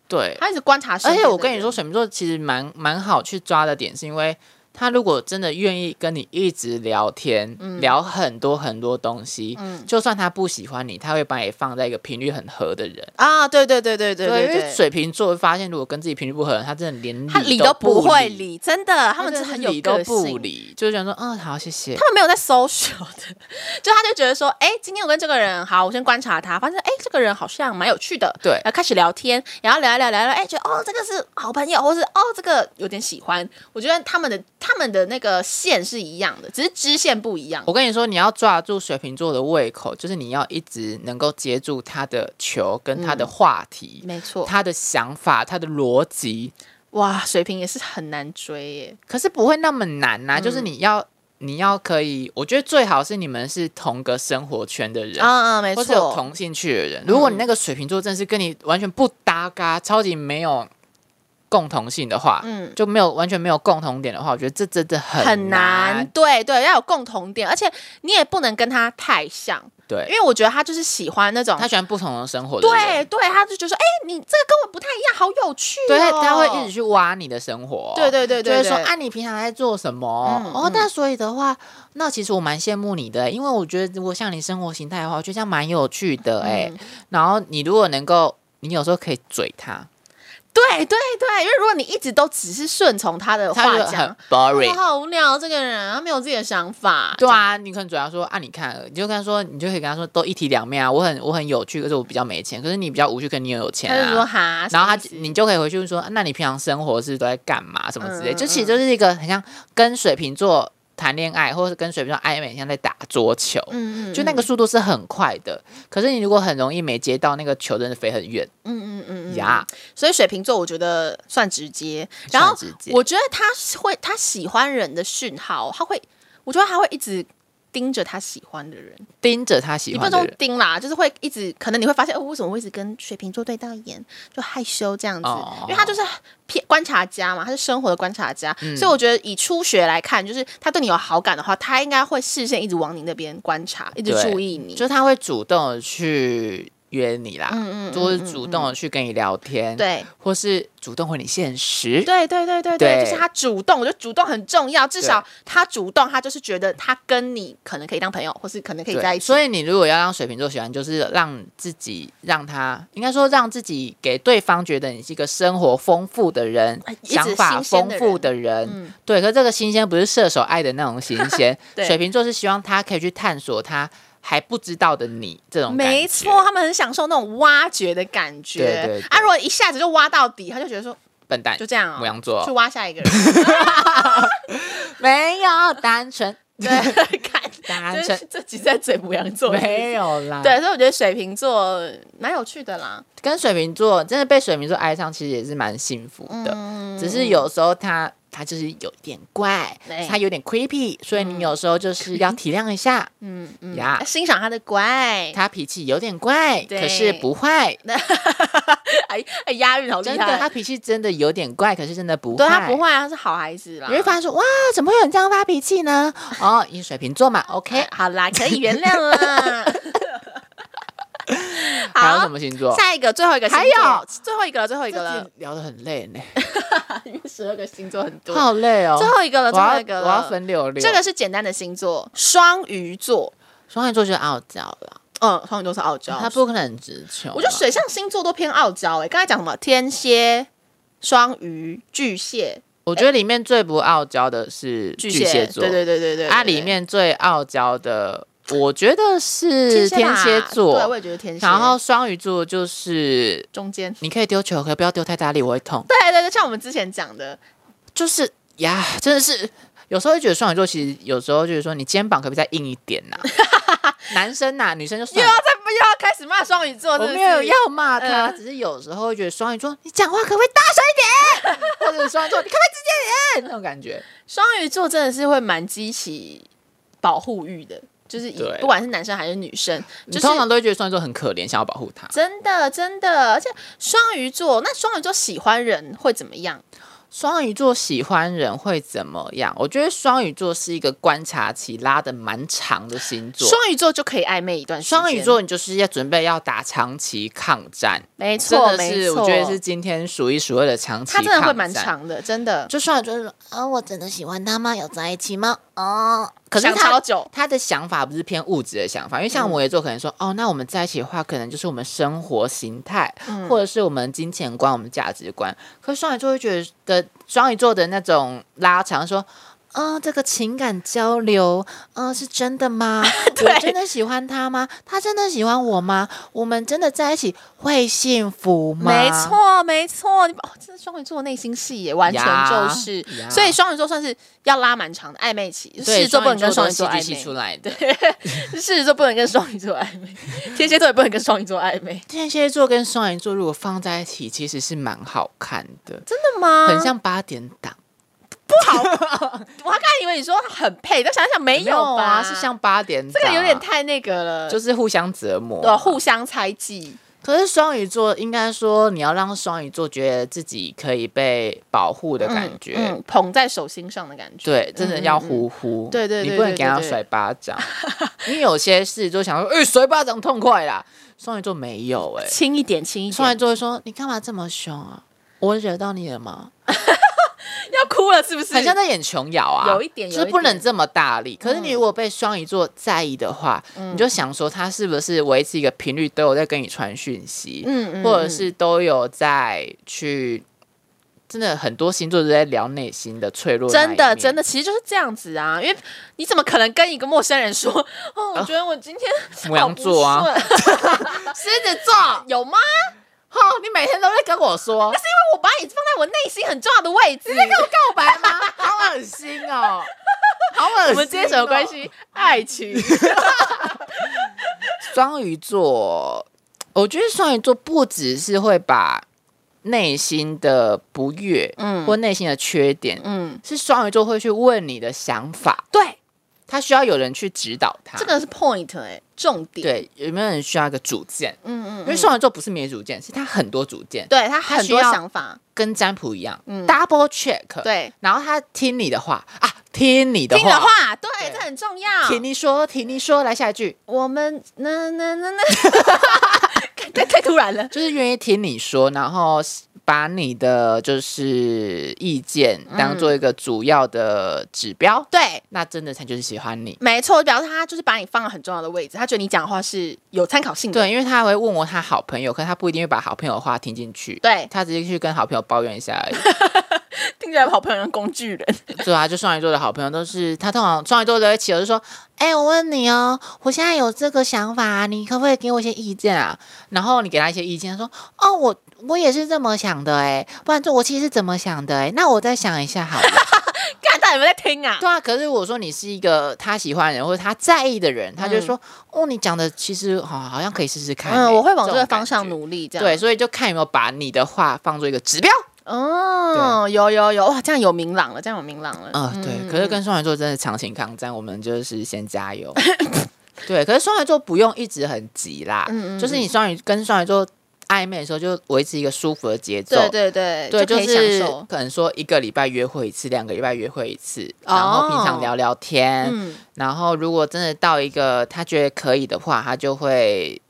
Speaker 2: 对。
Speaker 1: 他一直观察身
Speaker 2: 而
Speaker 1: 边的
Speaker 2: 且
Speaker 1: 人。
Speaker 2: 我跟你说，水瓶座其实蛮蛮好去抓的点，是因为他如果真的愿意跟你一直聊天，聊很多很多东西，
Speaker 1: 嗯
Speaker 2: 就算他不喜欢你，他会把你放在一个频率很合的人。
Speaker 1: 啊，对对对对对
Speaker 2: 对，
Speaker 1: 对
Speaker 2: 因
Speaker 1: 对，
Speaker 2: 为水瓶座会发现，如果跟自己频率不合的人，他真的连
Speaker 1: 他理
Speaker 2: 理
Speaker 1: 都不
Speaker 2: 不
Speaker 1: 会
Speaker 2: 理，
Speaker 1: 理，真的，他
Speaker 2: 他
Speaker 1: 们真
Speaker 2: 真的
Speaker 1: 的
Speaker 2: 是
Speaker 1: 很有
Speaker 2: 理都
Speaker 1: 个
Speaker 2: 不
Speaker 1: 性。
Speaker 2: 理，就是想说，嗯，好，谢谢。
Speaker 1: 他们没有在 social 的， 就他就觉得说，哎、今天我跟这个人好，我先观察他，发现哎、这个人好像蛮有趣的，
Speaker 2: 对
Speaker 1: 然后开始聊天，然后聊一聊聊一聊，哎、觉得哦这个是好朋友，或是哦这个有点喜欢，我觉得他们的他们的那个线是一样的，只是支线不一样
Speaker 2: 我。跟你说，你要抓住水瓶座的胃口，就是你要一直能够接住他的球
Speaker 1: 嗯
Speaker 2: 跟他的话题。
Speaker 1: 没错，
Speaker 2: 他的想法，他的逻辑，
Speaker 1: 哇，水瓶也是很难追耶，
Speaker 2: 可是不会那么难呐、
Speaker 1: 嗯
Speaker 2: 就是你要，你要可以，我觉得最好是你们是同个生活圈的人，
Speaker 1: 啊啊，没
Speaker 2: 或是有
Speaker 1: 错，嗯
Speaker 2: 同兴趣的人。如果你那个水瓶座真的是跟你完全不搭嘎，超级没有共同性的话，
Speaker 1: 嗯
Speaker 2: 就没有完全没有共同点的话，我觉得这真的很
Speaker 1: 很
Speaker 2: 难。
Speaker 1: 难，对对，要有共同点，而且你也不能跟他太像，
Speaker 2: 对，
Speaker 1: 因为我觉得他就是喜欢那种
Speaker 2: 他喜欢不同的生活的人
Speaker 1: 对对，他就觉得说，哎、你这个跟我不太一样，好有趣、哦。
Speaker 2: 对，他他会一直去挖你的生活，
Speaker 1: 对对对对
Speaker 2: 就会说
Speaker 1: 对
Speaker 2: 啊，你平常在做什么？
Speaker 1: 嗯
Speaker 2: 哦
Speaker 1: 嗯，
Speaker 2: 那所以的话，那其实我蛮羡慕你的，因为我觉得如果像你生活形态的话，我觉得这样蛮有趣的哎、
Speaker 1: 嗯
Speaker 2: 然后你如果能够，你有时候可以嘴他，
Speaker 1: 对对对，因为如果你一直都只是顺从他的
Speaker 2: 他
Speaker 1: 话
Speaker 2: 就
Speaker 1: 讲
Speaker 2: 很，
Speaker 1: 我
Speaker 2: boring。
Speaker 1: 好无聊，这个人他没有自己的想法。
Speaker 2: 对啊，你可能嘴他说啊，你看，你就跟他说，你就可以跟他说，都一体两面啊。我很我很有趣，可是我比较没钱，可是你比较无趣，可是你也有
Speaker 1: 这
Speaker 2: 钱
Speaker 1: 样，他就说
Speaker 2: 啊。
Speaker 1: 哈，
Speaker 2: 然后他
Speaker 1: 什
Speaker 2: 就
Speaker 1: 么意思
Speaker 2: 你就可以回去问说，啊那你平常生活是都在干嘛什么之类，
Speaker 1: 嗯
Speaker 2: 就其实就是一个很像跟水瓶座谈恋爱，或者是跟水瓶座暧昧，很像在打桌球，
Speaker 1: 嗯嗯，
Speaker 2: 就那个速度是很快的。可是你如果很容易没接到，那个球真的飞很远
Speaker 1: 嗯嗯嗯嗯
Speaker 2: 呀。
Speaker 1: 所以水瓶座我觉得算直接，然后
Speaker 2: 算直接
Speaker 1: 我觉得他会他喜欢人的讯号，他会，我觉得他会一直。盯着他喜欢的人，
Speaker 2: 盯着他喜
Speaker 1: 也不
Speaker 2: 欢
Speaker 1: 能
Speaker 2: 的
Speaker 1: 说
Speaker 2: 人。
Speaker 1: 盯啦，就是会一直，可能你会发现，哦，为什么我一直跟水瓶座对到眼，就害羞这样子，
Speaker 2: 哦
Speaker 1: 因为他就是偏观察家嘛，他是生活的观察家，所以我觉得以初学来看，就是他对你有好感的话，他应该会视线一直往你那边观察，一直
Speaker 2: 对
Speaker 1: 注意你。
Speaker 2: 就是他会主动的去约你啦，
Speaker 1: 嗯嗯嗯
Speaker 2: 或是主动的去跟你聊天，，
Speaker 1: 对
Speaker 2: 或是主动回你现实，
Speaker 1: 对对对对对，
Speaker 2: 对
Speaker 1: 就是他主动，我觉得主动很重要，至少他主动，他就是觉得他跟你可能可以当朋友，或是可能可以
Speaker 2: 对
Speaker 1: 在一起。
Speaker 2: 所
Speaker 1: 以
Speaker 2: 以你如果要让水瓶座喜欢，就是让自己让他，应该说让自己给对方觉得你是一个生活丰富的人
Speaker 1: 哎，一直
Speaker 2: 想法
Speaker 1: 新鲜
Speaker 2: 丰
Speaker 1: 的人，
Speaker 2: 富的人。对，可这个新鲜不是射手爱的那种新鲜
Speaker 1: 对
Speaker 2: 水瓶座是希望他可以去探索他还不知道的你这种感觉
Speaker 1: 没错，，他们很享受那种挖掘的感觉。
Speaker 2: 对对对
Speaker 1: 啊，如果一下子就挖到底，他就觉得说
Speaker 2: 笨蛋
Speaker 1: 就这样、哦，
Speaker 2: 母羊座
Speaker 1: 去挖下一个人。
Speaker 2: 没有单 纯
Speaker 1: 对，看
Speaker 2: 单
Speaker 1: 就
Speaker 2: 纯
Speaker 1: 是这集在嘴母羊座。
Speaker 2: 没有啦，
Speaker 1: 对，所以我觉得水瓶座蛮有趣的啦。
Speaker 2: 跟水瓶座真的被水瓶座爱上，其实也是蛮幸福的。
Speaker 1: 嗯
Speaker 2: 只是有时候他他就是有点怪
Speaker 1: 对，
Speaker 2: 他有点 creepy，所以你有时候就是要体谅一下。
Speaker 1: 嗯嗯
Speaker 2: 呀
Speaker 1: 欣赏他的乖，
Speaker 2: 他脾气有点怪，
Speaker 1: 对
Speaker 2: 可是不坏。
Speaker 1: 哎哎，押韵好厉
Speaker 2: 真
Speaker 1: 害。
Speaker 2: 的，他脾气真的有点怪，可是真的不坏。
Speaker 1: 对他不。坏啊，他是好孩子啦。哎
Speaker 2: 你会发现说，哇，怎么会有人这样发脾气 呢？哦，你水瓶座嘛，OK
Speaker 1: 哎。好啦，可以原谅 啦。
Speaker 2: 还 有
Speaker 1: 好
Speaker 2: 什，么星座？
Speaker 1: 下一个最后一个星
Speaker 2: 还
Speaker 1: 座，
Speaker 2: 有
Speaker 1: 最后一个了，最后一个了，
Speaker 2: 这聊得很累呢，
Speaker 1: 因为 十二个星座很多。
Speaker 2: 好累哦。
Speaker 1: 最后一个了，
Speaker 2: 我
Speaker 1: 最后
Speaker 2: 要
Speaker 1: 一个
Speaker 2: 我要
Speaker 1: 了。
Speaker 2: 分六六。
Speaker 1: 这个是简单的星座，双鱼座。
Speaker 2: 双鱼座就是傲娇了，
Speaker 1: 嗯，双鱼座是傲娇，
Speaker 2: 他不可能很直球。啊
Speaker 1: 我觉得水象星座都偏傲娇哎、欸，刚才讲什么天蝎、双鱼、巨蟹、
Speaker 2: 我觉得里面最不傲娇的是巨
Speaker 1: 蟹，
Speaker 2: 蟹座，
Speaker 1: 对对对对对对
Speaker 2: 啊，里面最傲娇的，我觉得
Speaker 1: 对
Speaker 2: 是
Speaker 1: 天
Speaker 2: 天
Speaker 1: 吧
Speaker 2: 蝎
Speaker 1: 对，我
Speaker 2: 座，
Speaker 1: 也觉得天蝎。
Speaker 2: 然后双鱼座就是
Speaker 1: 中间，
Speaker 2: 你可以丢球，可以不要丢太大力，我会痛。
Speaker 1: 对对对，像我们之前讲的，
Speaker 2: 啊就是呀， 真的是有时候会觉得双鱼座其实有时候就是说你肩膀可不可以再硬一点呐、男生呐、女生就
Speaker 1: 又
Speaker 2: 算
Speaker 1: 要
Speaker 2: 了。
Speaker 1: 再又要开始骂双鱼座，
Speaker 2: 我
Speaker 1: 真的
Speaker 2: 没有
Speaker 1: 是
Speaker 2: 要骂他，
Speaker 1: 嗯
Speaker 2: 只是有时候会觉得双鱼座，你讲话可不可以大声一点？或者双鱼座，你可不可以直接一点？那种感觉。
Speaker 1: 双鱼座真的是会蛮激起保护欲的，就是以
Speaker 2: 对
Speaker 1: 不管是男生还是女生，
Speaker 2: 你
Speaker 1: 就是
Speaker 2: 通常都会觉得双鱼座很可怜，想要保护他。
Speaker 1: 真的真的，而且双鱼座，那双鱼座喜欢人会怎么样？
Speaker 2: 双鱼座喜欢人会怎么样？我觉得双鱼座是一个观察期拉的蛮长的星座。
Speaker 1: 双鱼座就可以暧昧一段时间，
Speaker 2: 双鱼座，你就是要准备要打长期抗战，
Speaker 1: 没
Speaker 2: 真
Speaker 1: 错，
Speaker 2: 的
Speaker 1: 没
Speaker 2: 是
Speaker 1: 错，
Speaker 2: 我觉得是今天数一数二的长期
Speaker 1: 他
Speaker 2: 抗
Speaker 1: 真
Speaker 2: 战。
Speaker 1: 的会蛮。长的，真的。
Speaker 2: 就双鱼座，
Speaker 3: 啊，我真的喜欢他吗？有在一起吗？哦，
Speaker 2: 可是
Speaker 1: 想
Speaker 2: 他
Speaker 1: 超久，
Speaker 2: 他的想法不是偏物质的想法，因为像
Speaker 1: 嗯
Speaker 2: 摩羯座可能说，哦，那我们在一起的话，可能就是我们生活形态，
Speaker 1: 嗯
Speaker 2: 或者是我们金钱观、我们价值观。可是双鱼座会觉得，双鱼座的那种拉长说。啊、这个情感交流，啊、是真 的吗？我真的喜欢他吗？他真的喜欢我吗？我们真的在一起会幸福吗？
Speaker 1: 没，错，没错，你哦，这是双鱼座的内心戏耶，完全
Speaker 2: 呀
Speaker 1: 就是。
Speaker 2: 呀
Speaker 1: 所以双鱼座算是要拉蛮长的暧昧期，狮
Speaker 2: 对，
Speaker 1: 子座不能跟双
Speaker 2: 双鱼
Speaker 1: 鱼座
Speaker 2: 都是
Speaker 1: 暧
Speaker 2: 戏剧 系出
Speaker 1: 昧，
Speaker 2: 来的。
Speaker 1: 狮子座不能跟双鱼座暧 昧，天蝎座也不能跟双鱼座暧昧，
Speaker 2: 天蝎座跟双鱼座如果放在一起，其实是蛮好看的，
Speaker 1: 真的吗？
Speaker 2: 很像八点档。
Speaker 1: 我还刚以为你说很配，但想想没有吧？
Speaker 2: 啊，是像八点档，啊
Speaker 1: 这个有点太那个了，
Speaker 2: 就是是互相折磨，啊
Speaker 1: 对啊互。相猜忌。
Speaker 2: 可是双鱼座应该说，你要让双鱼座觉得自己可以被保护的感觉。
Speaker 1: 嗯，嗯捧在手心上的感觉。
Speaker 2: 对，真的要呼呼，
Speaker 1: 对对对
Speaker 2: 你不能
Speaker 1: 对
Speaker 2: 给他
Speaker 1: 嗯对对
Speaker 2: 甩巴掌，因为有些事就想说，哎、甩巴掌痛快啦。双鱼座没有、哎，
Speaker 1: 轻一点，轻一
Speaker 2: 双鱼
Speaker 1: 点，
Speaker 2: 座会说，你干嘛这么凶啊？我惹到你了吗？
Speaker 1: 要哭了是不是？
Speaker 2: 很像在演琼瑶啊，
Speaker 1: 有一点
Speaker 2: 就是
Speaker 1: 有一
Speaker 2: 不能
Speaker 1: 点嗯
Speaker 2: 这么大力。可是你如果被双鱼座在意的话，你就想说他是不是维持一个频率都有在跟你传讯息，
Speaker 1: 嗯嗯
Speaker 2: 或者是都有在去，真的很多星座都在聊内心的脆弱，
Speaker 1: 真的真的，
Speaker 2: 的。
Speaker 1: 其实就是这样子啊，因为你怎么可能跟一个陌生人说，哦，我觉得我今 天
Speaker 2: 母啊羊座啊
Speaker 1: 好不顺狮子座 有吗？
Speaker 2: 哦，你每天都在跟我 说
Speaker 1: 是因为我把你放在我内心很重要的位置。
Speaker 2: 告白吗？好恶心哦，好
Speaker 1: 啊
Speaker 2: 恶心、哦
Speaker 1: 我们今天什么关？ 系？爱情。
Speaker 2: 双鱼座，我觉得双鱼座不只是会把内心的不悦，
Speaker 1: 嗯
Speaker 2: 或内心的缺点，
Speaker 1: 嗯，
Speaker 2: 是双鱼座会去问你的想法，
Speaker 1: 对，
Speaker 2: 他需要有人去指导他。
Speaker 1: 这个是 point 哎、重点。，
Speaker 2: 对，有没有人需要一个主见？
Speaker 1: 嗯嗯
Speaker 2: 因为双鱼座不是没主见，是他很多主见，
Speaker 1: 对他
Speaker 2: 他
Speaker 1: 很
Speaker 2: 需
Speaker 1: 多
Speaker 2: 要
Speaker 1: 想法，
Speaker 2: 跟占卜一样、
Speaker 1: 嗯
Speaker 2: d o u b l e check。，
Speaker 1: 对，
Speaker 2: 然后他听你的话啊，听你的
Speaker 1: 听
Speaker 2: 话，
Speaker 1: 你的话，对，
Speaker 2: 对
Speaker 1: 这很重要。
Speaker 2: 听你说，听你说，来下一句，
Speaker 1: 我们那那那 那，太太突然了。
Speaker 2: 就是愿意听你说，然后把你的就是意见当做一个主要的指标，
Speaker 1: 对，
Speaker 2: 那真的他就是喜欢你。
Speaker 1: 没错，表示他就是把你放在很重要的位置，他觉得你讲话是有参考性的。
Speaker 2: 对，因为他还会问我他好朋友，可他不一定会把好朋友的话听进去，
Speaker 1: 对
Speaker 2: 他直接去跟好朋友抱怨一下而已。
Speaker 1: 听起来好朋友像工具人，
Speaker 2: 对啊，就双鱼座的好朋友都是他通常双鱼座的企鹅就说：“哎、我问你哦，我现在有这个想法、啊，你可不可以给我一些意见啊？”然后你给他一些意见，他说：“哦，我我也是这么想的、欸，哎，不然就我其实是怎么想的、欸，哎，那我再想一下好了。”
Speaker 1: 看他有没有在听 啊？
Speaker 2: 对啊，可是我说你是一个他喜欢的人或者他在意的人，他就说、哦，你讲的其实好好像可以试试看欸、
Speaker 1: 嗯嗯，我会往这
Speaker 2: 种
Speaker 1: 个
Speaker 2: 感
Speaker 1: 方向
Speaker 2: 觉。
Speaker 1: 努力，这样
Speaker 2: 对，。所以就看有没有把你的话放作一个指标。
Speaker 1: 哦，有有有，哇，这样有明朗了，这样有明朗了。
Speaker 2: 啊、对。可是
Speaker 1: 嗯
Speaker 2: 跟双鱼座真的长情抗战，我们就是先 加油。对，可是双鱼座不用一直很急啦，
Speaker 1: 嗯嗯
Speaker 2: 就是你双鱼跟双鱼座暧昧的时候，就维持一个舒服的节奏。
Speaker 1: 对对对，
Speaker 2: 对，
Speaker 1: 就
Speaker 2: 就
Speaker 1: 可以享
Speaker 2: 是
Speaker 1: 受。
Speaker 2: 可能说一个礼拜约会一次，两个礼拜约会一次，然后平
Speaker 1: 哦
Speaker 2: 常聊聊天，
Speaker 1: 嗯，
Speaker 2: 然后如果真的到一个他觉得可以的话，他就会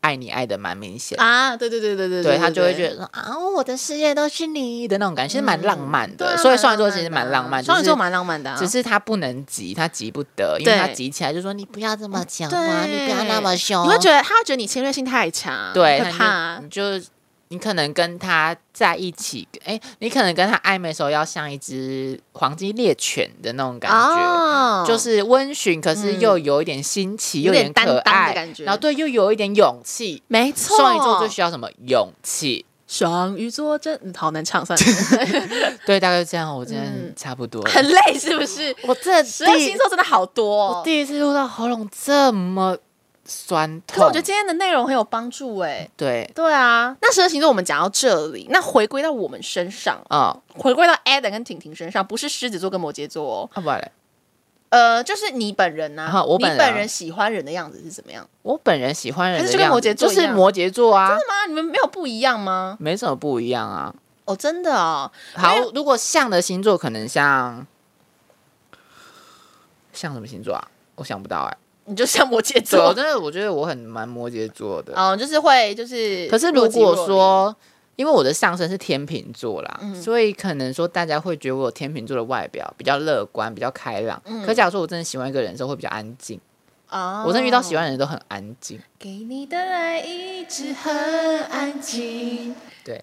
Speaker 2: 爱你爱的蛮明显，
Speaker 1: 啊，对对对对对
Speaker 2: 对他就会觉
Speaker 1: 得
Speaker 2: 得说啊，我的世界都是你的那种感觉，其实蛮浪漫
Speaker 1: 对啊
Speaker 2: 的。所以
Speaker 1: 蛮
Speaker 2: 双鱼座
Speaker 1: 浪
Speaker 2: 其实
Speaker 1: 漫
Speaker 2: 蛮
Speaker 1: 的
Speaker 2: 浪
Speaker 1: 啊
Speaker 2: 漫，
Speaker 1: 双鱼
Speaker 2: 只
Speaker 1: 座
Speaker 2: 是
Speaker 1: 蛮浪漫的啊，
Speaker 2: 只是他不能急，他急不得，因为他
Speaker 1: 对哦
Speaker 2: 急起来就说你不要这么讲嘛，
Speaker 1: 对，
Speaker 2: 你不要那么凶，
Speaker 1: 你会觉得他会觉得你侵略性太强，
Speaker 2: 对，
Speaker 1: 很可怕
Speaker 2: 他
Speaker 1: 啊
Speaker 2: 就。你就你可能跟他在一起，哎，你可能跟他暧昧的时候要像一只黄金猎犬的那种感觉。
Speaker 1: 哦
Speaker 2: 就是温驯，可是又有一点新奇，
Speaker 1: 有
Speaker 2: 又
Speaker 1: 点
Speaker 2: 点可
Speaker 1: 担当的
Speaker 2: 爱
Speaker 1: 感觉
Speaker 2: 然后对，又有一点勇气。
Speaker 1: 没错，
Speaker 2: 双鱼座最需要什么？勇气。
Speaker 1: 双鱼座真嗯好难唱，算了，
Speaker 2: 对，大概就这样，我真的差不多 了。
Speaker 1: 嗯很累是不是？
Speaker 2: 我这
Speaker 1: 十二星座真的好多、
Speaker 2: 我
Speaker 1: 哦。
Speaker 2: 第一次录到喉咙这么酸痛，
Speaker 1: 可是我觉得今天的内容很有帮助哎、
Speaker 2: 对，
Speaker 1: 对啊，那十二星座我们讲到这里，那回归到我们身上，
Speaker 2: 哦，
Speaker 1: 回归到 Adam 跟婷婷身上，不是狮子座跟摩羯座哦，
Speaker 2: 啊不然嘞，
Speaker 1: 呃，就是你本人呐、
Speaker 2: 啊我本
Speaker 1: 你
Speaker 2: 人啊
Speaker 1: 本人喜欢人的样子是怎么样？
Speaker 2: 我本人喜欢人
Speaker 1: 还是
Speaker 2: 的
Speaker 1: 就跟
Speaker 2: 样
Speaker 1: 摩
Speaker 2: 子
Speaker 1: 羯座
Speaker 2: 就
Speaker 1: 一
Speaker 2: 是
Speaker 1: 样
Speaker 2: 摩羯座啊，
Speaker 1: 是吗？你们没有不一样吗？
Speaker 2: 没什么不一样啊。
Speaker 1: 哦，真的哦，
Speaker 2: 好
Speaker 1: 没有，
Speaker 2: 如果像的星座，可能像像什么星座啊？我想不到哎、
Speaker 1: 你就像摩羯
Speaker 2: 对，我
Speaker 1: 座，
Speaker 2: 真的我觉得我很蛮摩羯座的。
Speaker 1: 嗯，就是会就是。
Speaker 2: 可是如果，说，因为我的上升是天秤座啦，
Speaker 1: 嗯
Speaker 2: 所以可能说大家会觉得我有天秤座的外表比较乐观、比较开朗。可假如说我真的喜欢一个人的时候，会比较安静。
Speaker 1: 嗯哦、
Speaker 2: 我真的遇到喜欢的人都很安静。
Speaker 1: 给你的爱一直很安静。
Speaker 2: 对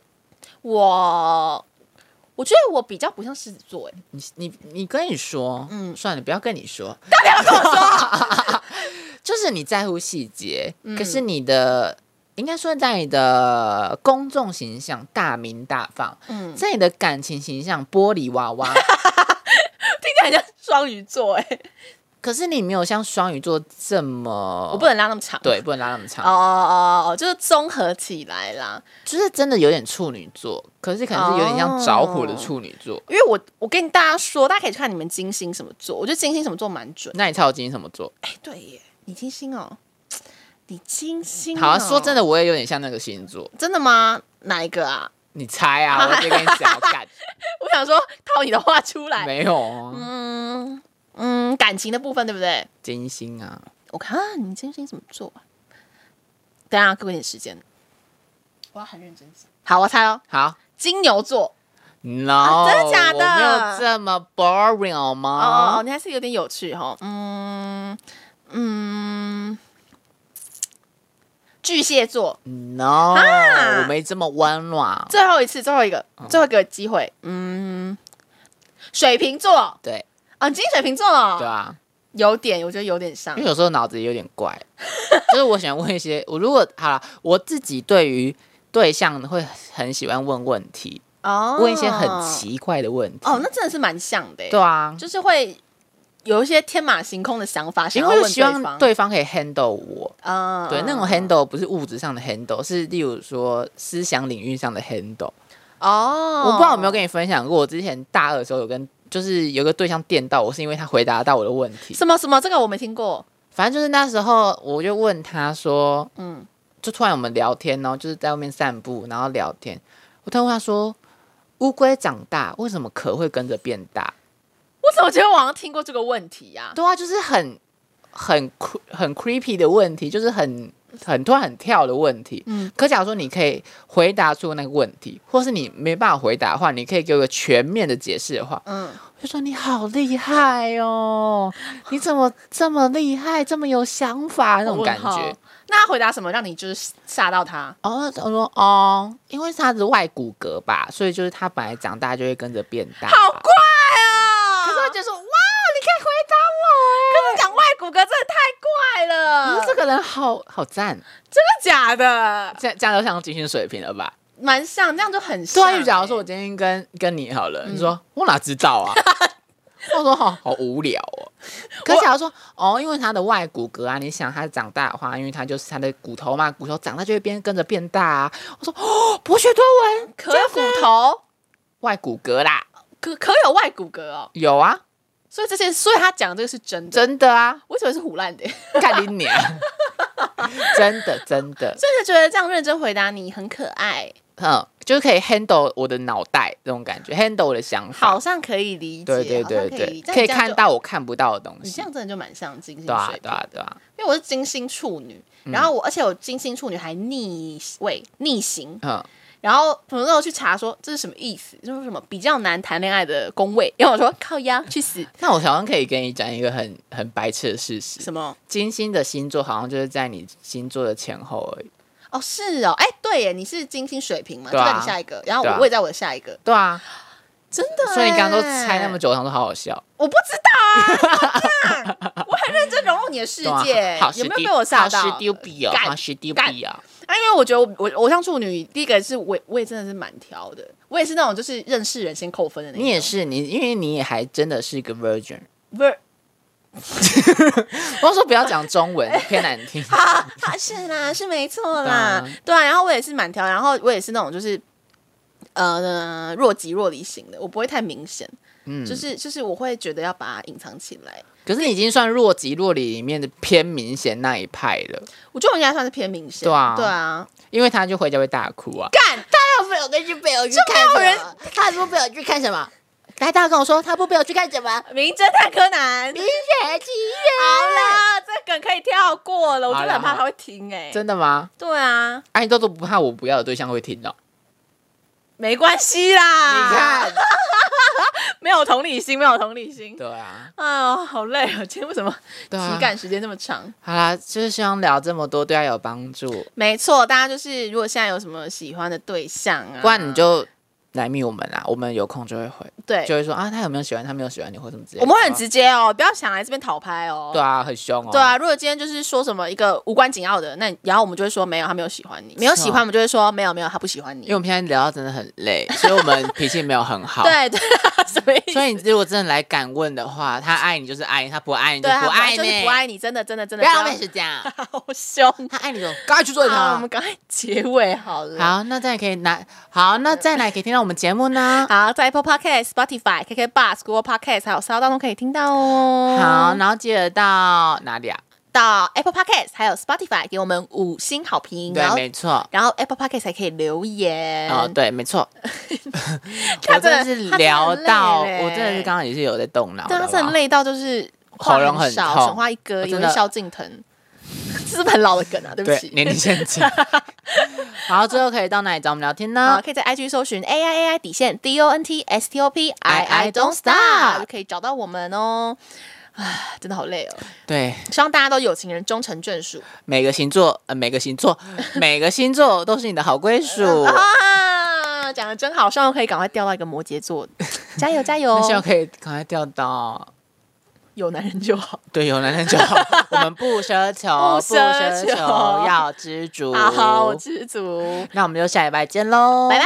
Speaker 1: 我，我觉得我比较不像狮子座，哎，
Speaker 2: 你，你，你跟你说，嗯，算了，不要跟你说，
Speaker 1: 到底要跟我说？ 嗯
Speaker 2: 就是你在乎细节，可是你的。应该说，在你的公众形象大名大放，
Speaker 1: 嗯
Speaker 2: 在你的感情形象玻璃 娃 娃，
Speaker 1: 听起来像双鱼座，哎，
Speaker 2: 可是你没有像双鱼座这么，
Speaker 1: 我不能拉那么长。
Speaker 2: 对，不能拉那么
Speaker 1: 哦，
Speaker 2: 长，
Speaker 1: 哦哦哦哦，就是综合起来啦。
Speaker 2: 就是真的有点处女座，可是可能是有点像着火
Speaker 1: 哦
Speaker 2: 的处女座。
Speaker 1: 因为我我跟大家说，大家可以去看你们金星什么座，我觉得金星什么座蛮准。
Speaker 2: 那你猜我今天什么座？
Speaker 1: 哎，对耶，你金星哦，你金星、哦。
Speaker 2: 好、啊，说真，的，我也有点像那个星座。
Speaker 1: 真的吗？哪一个啊？
Speaker 2: 你猜啊，我就跟你讲，感
Speaker 1: 我想说套你的话出来。
Speaker 2: 没有啊，
Speaker 1: 嗯嗯，感情的部分对不对？
Speaker 2: 金星啊，
Speaker 1: 我看你金星怎么做啊？等一下，给我一点时间。我要很认真想。好，我猜哦，
Speaker 2: 好
Speaker 1: 金牛座。
Speaker 2: ，no，、
Speaker 1: 啊真的假的
Speaker 2: 我没有这么 boring 好
Speaker 1: 哦哦
Speaker 2: 吗？
Speaker 1: 哦，你还是有点有趣哈、哦。嗯嗯，巨蟹座。
Speaker 2: no，、
Speaker 1: 啊
Speaker 2: 我没这么温暖。
Speaker 1: 最后一次，最后一个，最后一个机会。嗯，水瓶座啊，
Speaker 2: 对
Speaker 1: 你今天水瓶座哦
Speaker 2: 对啊，
Speaker 1: 有点，我觉得有点像
Speaker 2: 因为。有时候脑子也有点怪， 就是我喜欢问一些，我如果好了，我自己对于对象会很喜欢问问题，
Speaker 1: 哦
Speaker 2: 问一些很奇怪的问题。
Speaker 1: 哦，那真的是蛮像的耶。欸
Speaker 2: 对啊，
Speaker 1: 就是会有一些天马行空的想法，想
Speaker 2: 因
Speaker 1: 要
Speaker 2: 为
Speaker 1: 问
Speaker 2: 我希望
Speaker 1: 对
Speaker 2: 对方可以 handle 我，
Speaker 1: 方，嗯
Speaker 2: 对那种
Speaker 1: 嗯
Speaker 2: handle 不是物质上的 handle，是例如说思想领域上的 handle。
Speaker 1: 哦，
Speaker 2: 我不知道有没有跟你分享过，我之前大二的时候有跟就是有个对象电到我，是因为他回答到我的问题。
Speaker 1: 什么什么，这个我没听过。
Speaker 2: 反正就是那时候我就问他说，
Speaker 1: 嗯，
Speaker 2: 就突然我们聊天哦，就是在外面散步，然后聊天。我突然问他说：“乌龟长大为什么壳会跟着变大
Speaker 1: 我怎么觉得我好像听过这个问题呀？”？
Speaker 2: 对啊，就是很很 cre- 很 creepy 的问题，就是很很突然很跳的问题。
Speaker 1: 嗯
Speaker 2: 可假如说你可以回答出那个问题，或是你没办法回答的话，你可以给我一个全面的解释的话，
Speaker 1: 嗯，
Speaker 2: 我就说你好厉害哦，你怎么这么厉害，这么有想法那种
Speaker 1: 我
Speaker 2: 感
Speaker 1: 问号
Speaker 2: 觉。。
Speaker 1: 那他回答什么让你就是吓到他？
Speaker 2: 哦，我说哦，因为是他的外骨骼吧，所以就是他本来长大就会跟着变大。
Speaker 1: 好怪啊！
Speaker 2: 可是我
Speaker 1: 觉得说，哇，你可以回答我哎。可是讲外骨骼真的太怪了，
Speaker 2: 可是这个人好好赞，
Speaker 1: 真的假的？
Speaker 2: 这样这样就像金星水平了吧？
Speaker 1: 蛮像，这样就很像
Speaker 2: 对
Speaker 1: 欸。
Speaker 2: 啊，就假如说我今天跟跟你好了，你说我哪知道啊？嗯 我说好好无聊哦。可是假如说哦，因为他的外骨骼啊，你想他长大的话，因为他就是他的骨头嘛，骨头长大就会变跟着变大啊。我说哦，博学多闻，
Speaker 1: 可有骨头，
Speaker 2: 外骨骼啦，
Speaker 1: 可可有外骨骼哦。
Speaker 2: 有啊，
Speaker 1: 所以这些，所以他讲这个是真的，
Speaker 2: 真的啊。
Speaker 1: 我以为是胡乱的， 所
Speaker 2: 看你 娘！真的真的，
Speaker 1: 以就觉得这样认真回答你很可爱，
Speaker 2: 嗯，就是可以 handle 我的脑袋这种感觉，handle 我的想法，
Speaker 1: 好像可以理解，
Speaker 2: 对对
Speaker 1: 好像
Speaker 2: 对
Speaker 1: 可以
Speaker 2: 对，
Speaker 1: 但
Speaker 2: 可以
Speaker 1: 你这样
Speaker 2: 看
Speaker 1: 就。
Speaker 2: 到我看不到的东
Speaker 1: 你
Speaker 2: 西
Speaker 1: 这，样真的就蛮像金星
Speaker 2: 对啊
Speaker 1: 水
Speaker 2: 对
Speaker 1: 瓶，
Speaker 2: 啊对啊，
Speaker 1: 因为我是金星处女，
Speaker 2: 嗯
Speaker 1: 然后我而且我金星处女还逆位逆行，
Speaker 2: 嗯，
Speaker 1: 然后我那时候去查说这是什么意思，就是什么比较难谈恋爱的宫位，因为我说靠腰去 死
Speaker 2: 那我好像可以跟你讲一个很很白痴的事实，
Speaker 1: 什么
Speaker 2: 金星的星座好像就是在你星座的前后而已，
Speaker 1: 哦是哦哎对耶，你是金星水平嘛，就
Speaker 2: 对啊
Speaker 1: 在你下一个，然后
Speaker 2: 对啊
Speaker 1: 我我也在我的下一个，
Speaker 2: 对啊，
Speaker 1: 真的耶。哎
Speaker 2: 所以你刚刚都猜那么久，我想说好好笑，
Speaker 1: 我不知道啊，怎么这样 我很认真融入你的世界，
Speaker 2: 啊好
Speaker 1: 有
Speaker 2: 是
Speaker 1: 没有
Speaker 2: 丢
Speaker 1: 被我吓
Speaker 2: 好
Speaker 1: 到？
Speaker 2: 是丢笔哦，
Speaker 1: 干
Speaker 2: 好是丢
Speaker 1: 干
Speaker 2: 笔哦。
Speaker 1: 啊，因为我觉得我我偶像处女，第一个是我我也真的是蛮挑的，我也是那种就是认识人先扣分的那种。
Speaker 2: 你也是你，因为你也还真的是一个 virgin。
Speaker 1: 不是？
Speaker 2: 我说不要讲中文，偏难听。
Speaker 1: 啊，啊是啦，是没错啦
Speaker 2: 对啊，
Speaker 1: 对啊。然后我也是蛮挑，然后我也是那种就是呃若即若离型的，我不会太明显，
Speaker 2: 嗯，
Speaker 1: 就是就是我会觉得要把它隐藏起来。
Speaker 2: 可是你已经算若即若离里面的偏明显那一派了，
Speaker 1: 我觉得我应该算是偏明显，
Speaker 2: 对啊
Speaker 1: 对啊，
Speaker 2: 因为他就回家会大哭啊。
Speaker 1: 干
Speaker 3: 他要不要跟去北邮去看
Speaker 1: 就没有
Speaker 3: 什
Speaker 1: 人
Speaker 3: 么？他不北邮去看什么？来，大家跟我说，他不北邮去看什么？
Speaker 1: 名侦探柯南，
Speaker 3: 冰雪奇缘。
Speaker 1: 好啦，这梗可以跳过了，我真的很
Speaker 2: 好啦
Speaker 1: 怕他会听哎、
Speaker 2: 真的吗？
Speaker 1: 对啊，
Speaker 2: 哎、你豆豆不怕我不要的对象会听到、
Speaker 1: 没关系啦，
Speaker 2: 你看，
Speaker 1: 没有同理心，没有同理心。
Speaker 2: 对啊，
Speaker 1: 哎呦，好累哦！今天为什么
Speaker 2: 对啊
Speaker 1: 体感时间那么长？
Speaker 2: 好啦，就是希望聊这么多对他有帮助，
Speaker 1: 没错，大家就是如果现在有什么喜欢的对象啊，
Speaker 2: 不然你就来密我们啦，我们有空就会回，
Speaker 1: 对
Speaker 2: 就，会啊说啊，他有没有喜欢，他没有喜欢你或什么之类
Speaker 1: 我
Speaker 2: 的。
Speaker 1: 们会很直接哦，不要想来这边讨拍哦。
Speaker 2: 对啊，很凶哦。
Speaker 1: 对啊，如果今天就是说什么一个无关紧要的，那然后我们就会说没有，他没有喜欢你，没有喜欢，我们就会说没有没有，他不喜欢你
Speaker 2: 啊因为。我们现在聊到真的很 累，所以我们脾气没有很好。。
Speaker 1: 对 对，什么意思？
Speaker 2: 所以你如果真的来敢问的话，他爱你就是爱你，他不爱你就
Speaker 1: 对，他
Speaker 2: 不
Speaker 1: 本来
Speaker 2: 爱你，
Speaker 1: 就是不爱你，真的真的真
Speaker 2: 不
Speaker 1: 的。
Speaker 2: 要浪费时间啊。
Speaker 1: 好凶。
Speaker 2: 他爱你就赶快去做
Speaker 1: 好，
Speaker 2: 他。
Speaker 1: 我们赶快结尾好了。
Speaker 2: 好，那再可以拿好，那再来可以听到我们节目 呢。
Speaker 1: 好，在 Apple Podcast、Spotify、KK Bus、Google Podcast 还有 s o u 当中可以听到哦。
Speaker 2: 好，然后记得到哪里啊？
Speaker 1: 到 Apple Podcast 还有 Spotify 给我们五星好评，然
Speaker 2: 对，
Speaker 1: 后
Speaker 2: 没错。
Speaker 1: 然后 Apple Podcast 还可以留言。
Speaker 2: 哦，对，没 错。
Speaker 1: 他
Speaker 2: 我真的
Speaker 1: 真
Speaker 2: 是
Speaker 1: 的他真的
Speaker 2: 聊
Speaker 1: 很累
Speaker 2: 到，
Speaker 1: 嘞
Speaker 2: 我真的是刚刚也是有在动脑的，
Speaker 1: 对啊，
Speaker 2: 好
Speaker 1: 他
Speaker 2: 不好
Speaker 1: 真的累到就是话
Speaker 2: 喉咙很
Speaker 1: 少，
Speaker 2: 痛
Speaker 1: 神话一哥，
Speaker 2: 我
Speaker 1: 有
Speaker 2: 真
Speaker 1: 为
Speaker 2: 的
Speaker 1: 萧敬腾， 这是不是很老的梗啊，对不
Speaker 2: 对，
Speaker 1: 起。
Speaker 2: 年龄限制。 好，最后可以到哪里找我们聊天呢
Speaker 1: 啊，？可以在 IG 搜寻 A I A I 底线 D O N T S T O P I I Don't Stop，可以找到我们哦。唉，真的好累哦，
Speaker 2: 对，
Speaker 1: 希望大家都有情人终成眷属。
Speaker 2: 每个星座，呃，每个 星座，每个星座都是你的好归属。
Speaker 1: 哦啊，讲的真好，希望可以赶快调到一个摩羯 座，加油加油
Speaker 2: 那！希望可以赶快钓到。
Speaker 1: 有男人就好。
Speaker 2: 对，有男人就好，我们不奢求，
Speaker 1: 不
Speaker 2: 不
Speaker 1: 奢
Speaker 2: 奢
Speaker 1: 求
Speaker 2: 求，要知足。
Speaker 1: 好，我知足，
Speaker 2: 哦那我们就下礼拜见喽，
Speaker 1: 拜拜。